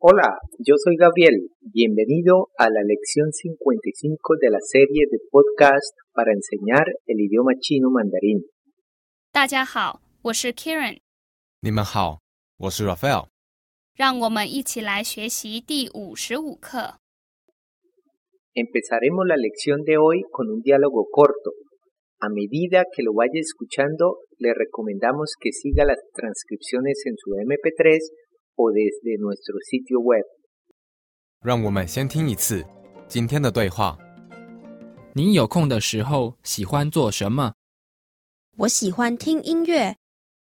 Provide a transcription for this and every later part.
Hola, yo soy Gabriel. Bienvenido a la lección 55 de la serie de podcast para enseñar el idioma chino mandarín. 大家好，我是 Karen，你们好，我是 Raphael。让我们一起来学习第五十五课。 Empezaremos la lección de hoy con un diálogo corto. A medida que lo vaya escuchando, le recomendamos que siga las transcripciones en su MP3 o desde nuestro sitio web. 让我们先听一次今天的对话。你有空的时候喜欢做什么？我喜欢听音乐，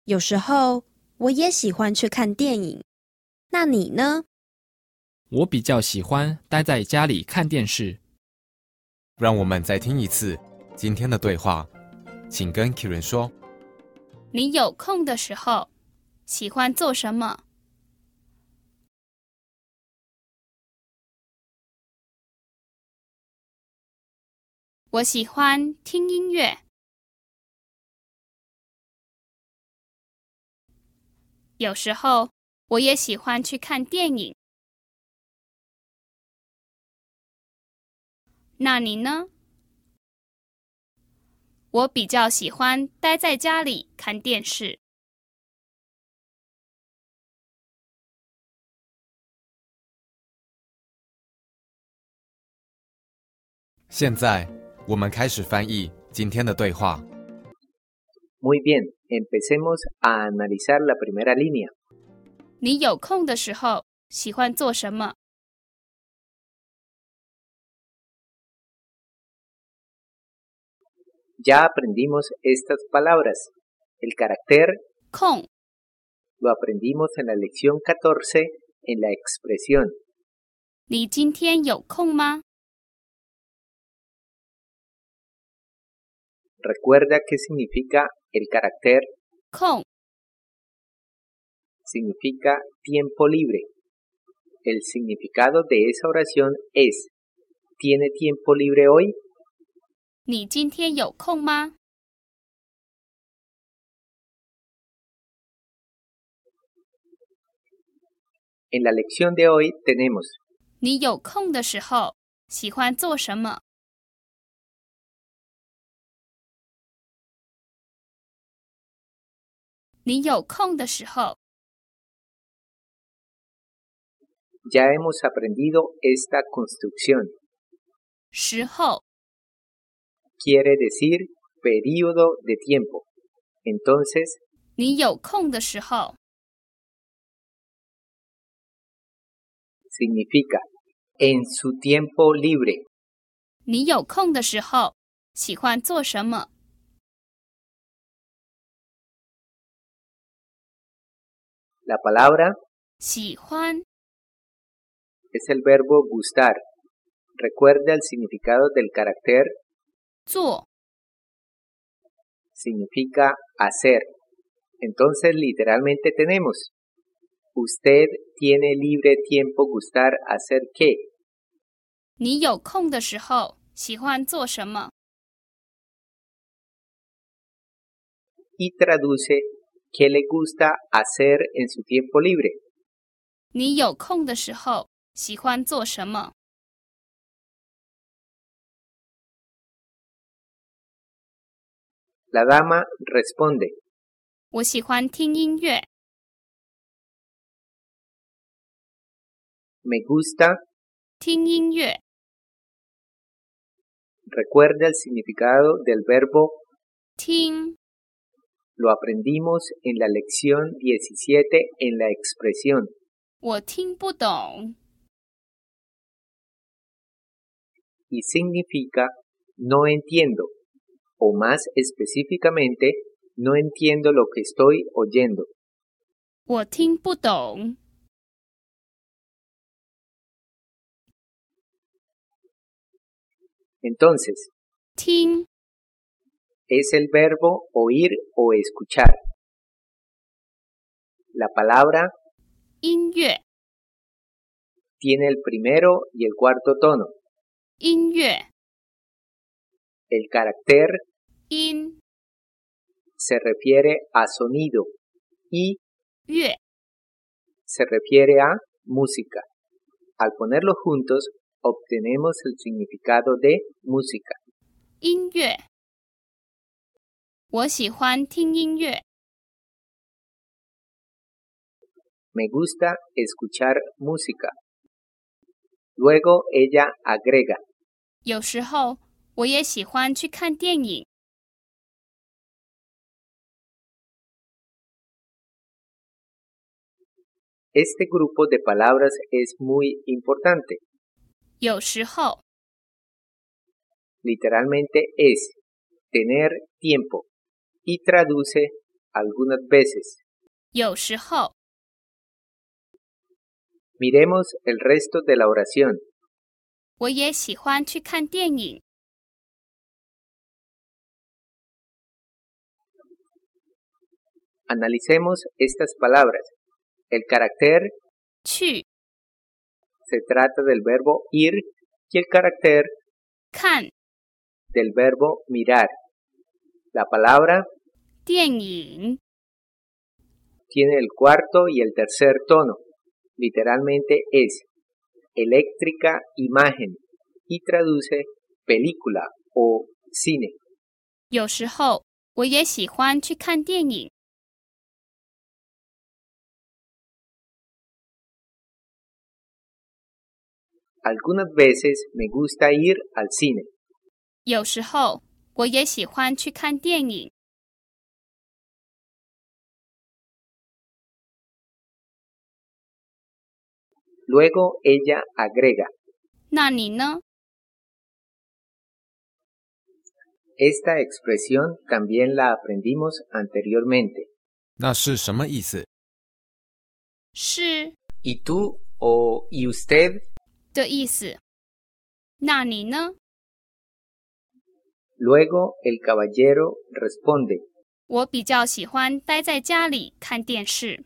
有时候我也喜欢去看电影。那你呢？我比较喜欢待在家里看电视。让我们再听一次今天的对话，请跟 Kiran 说。你有空的时候喜欢做什么？我喜欢听音乐。有时候我也喜欢去看电影。那你呢？我比较喜欢待在家里看电视。现在我们开始翻译今天的对话。 Muy bien, empecemos a analizar la primera línea. 你有空的时候喜欢做什么？ Ya aprendimos estas palabras. El carácter 空 lo aprendimos en la lección 14 en la expresión. 你今天有空吗？ Recuerda qué significa el carácter, 空 significa tiempo libre. El significado de esa oración es, ¿tiene tiempo libre hoy? 你今天有空吗？ En la lección de hoy tenemos 你有空的时候喜欢做什么？你有空的时候， Ya hemos aprendido esta construcción. 时候 Quiere decir periodo de tiempo. Entonces, 你有空的时候， significa en su tiempo libre. 你有空的时候喜欢做什么？ La palabra 喜欢 es el verbo gustar. Recuerda el significado del carácter, 做 significa hacer. Entonces, literalmente tenemos, usted tiene libre tiempo gustar hacer qué. 你有空的时候喜欢做什么？ Y traduce, ¿qué le gusta hacer en su tiempo libre? 你有空的时候喜欢做什么？ La dama responde, 我喜欢听音乐， me gusta, 听音乐， recuerda el significado del verbo 听 lo aprendimos en la lección 17 en la expresión. 我听不懂， y significa no entiendo, o más específicamente, no entiendo lo que estoy oyendo. 我听不懂。 Entonces, 听 es el verbo oír o escuchar. La palabra 音乐， tiene el primero y el cuarto tono. 音乐， El carácter 音 se refiere a sonido y 乐， se refiere a música. Al ponerlos juntos, obtenemos el significado de música. 音乐。我喜欢听音乐。 Me gusta escuchar música. Luego ella agrega, 有时候我也喜欢去看电影。 este grupo de palabras es muy importante. 有时候 Literalmente es tener tiempo y traduce algunas veces. 有时候 Miremos el resto de la oración. 我也喜欢去看电影。 Analicemos estas palabras. El carácter 去 se trata del verbo ir y el carácter 看 del verbo mirar. La palabra 电影， tiene el cuarto y el tercer tono. Literalmente es eléctrica imagen y traduce película o cine. 有时候我也喜欢去看电影。 Algunas veces me gusta ir al cine. 有时候我也喜欢去看电影。 Luego ella agrega, 那你呢？ esta expresión también la aprendimos anteriormente. 那是什么意思？是 ¿Y tú o y usted? 的意思。那你呢？ Luego el caballero responde, 我比较喜欢待在家里看电视。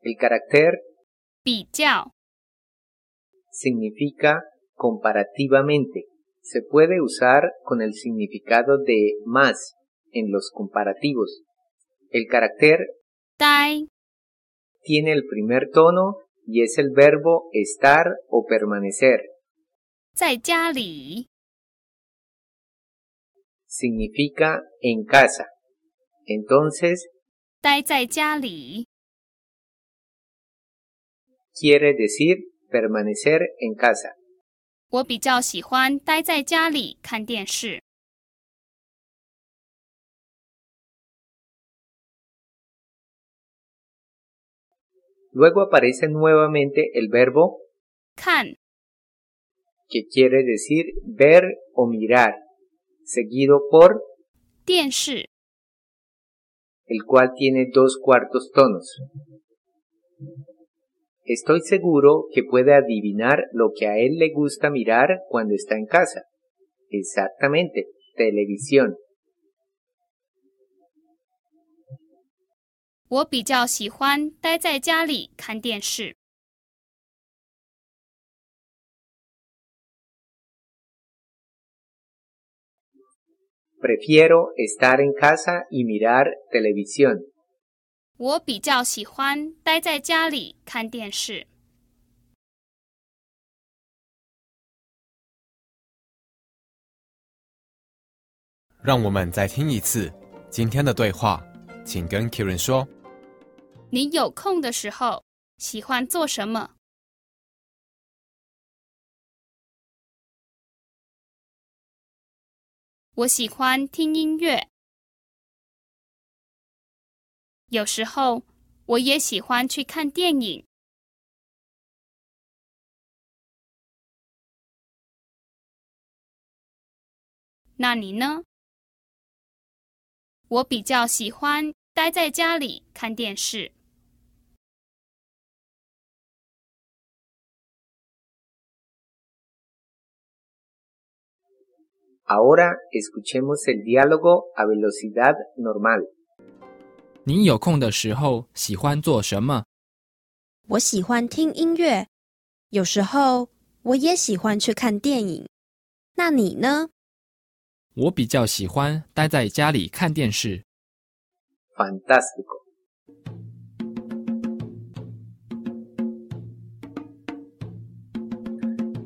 el carácter 比较 significa comparativamente. Se puede usar con el significado de más en los comparativos. El carácter 待 tiene el primer tono y es el verbo estar o permanecer. 在家里 Significa en casa. Entonces, 待在家里， quiere decir permanecer en casa. 我比较喜欢待在家里看电视。 Luego aparece nuevamente el verbo 看 que quiere decir ver o mirar, seguido por 电视， el cual tiene dos cuartos tonos. Estoy seguro que puede adivinar lo que a él le gusta mirar cuando está en casa. Exactamente, televisión. 我比较喜欢待在家里看电视。 Prefiero estar en casa y mirar televisión. 我比较喜欢待在家里看电视。让我们再听一次今天的对话，请跟 Kieran 说。你有空的时候喜欢做什么？我喜欢听音乐，有时候我也喜欢去看电影。那你呢？我比较喜欢待在家里看电视。 Ahora escuchemos el diálogo a velocidad normal. 你有空的时候喜欢做什么？我喜欢听音乐，有时候我也喜欢去看电影。那你呢？我比较喜欢待在家里看电视。 Fantástico.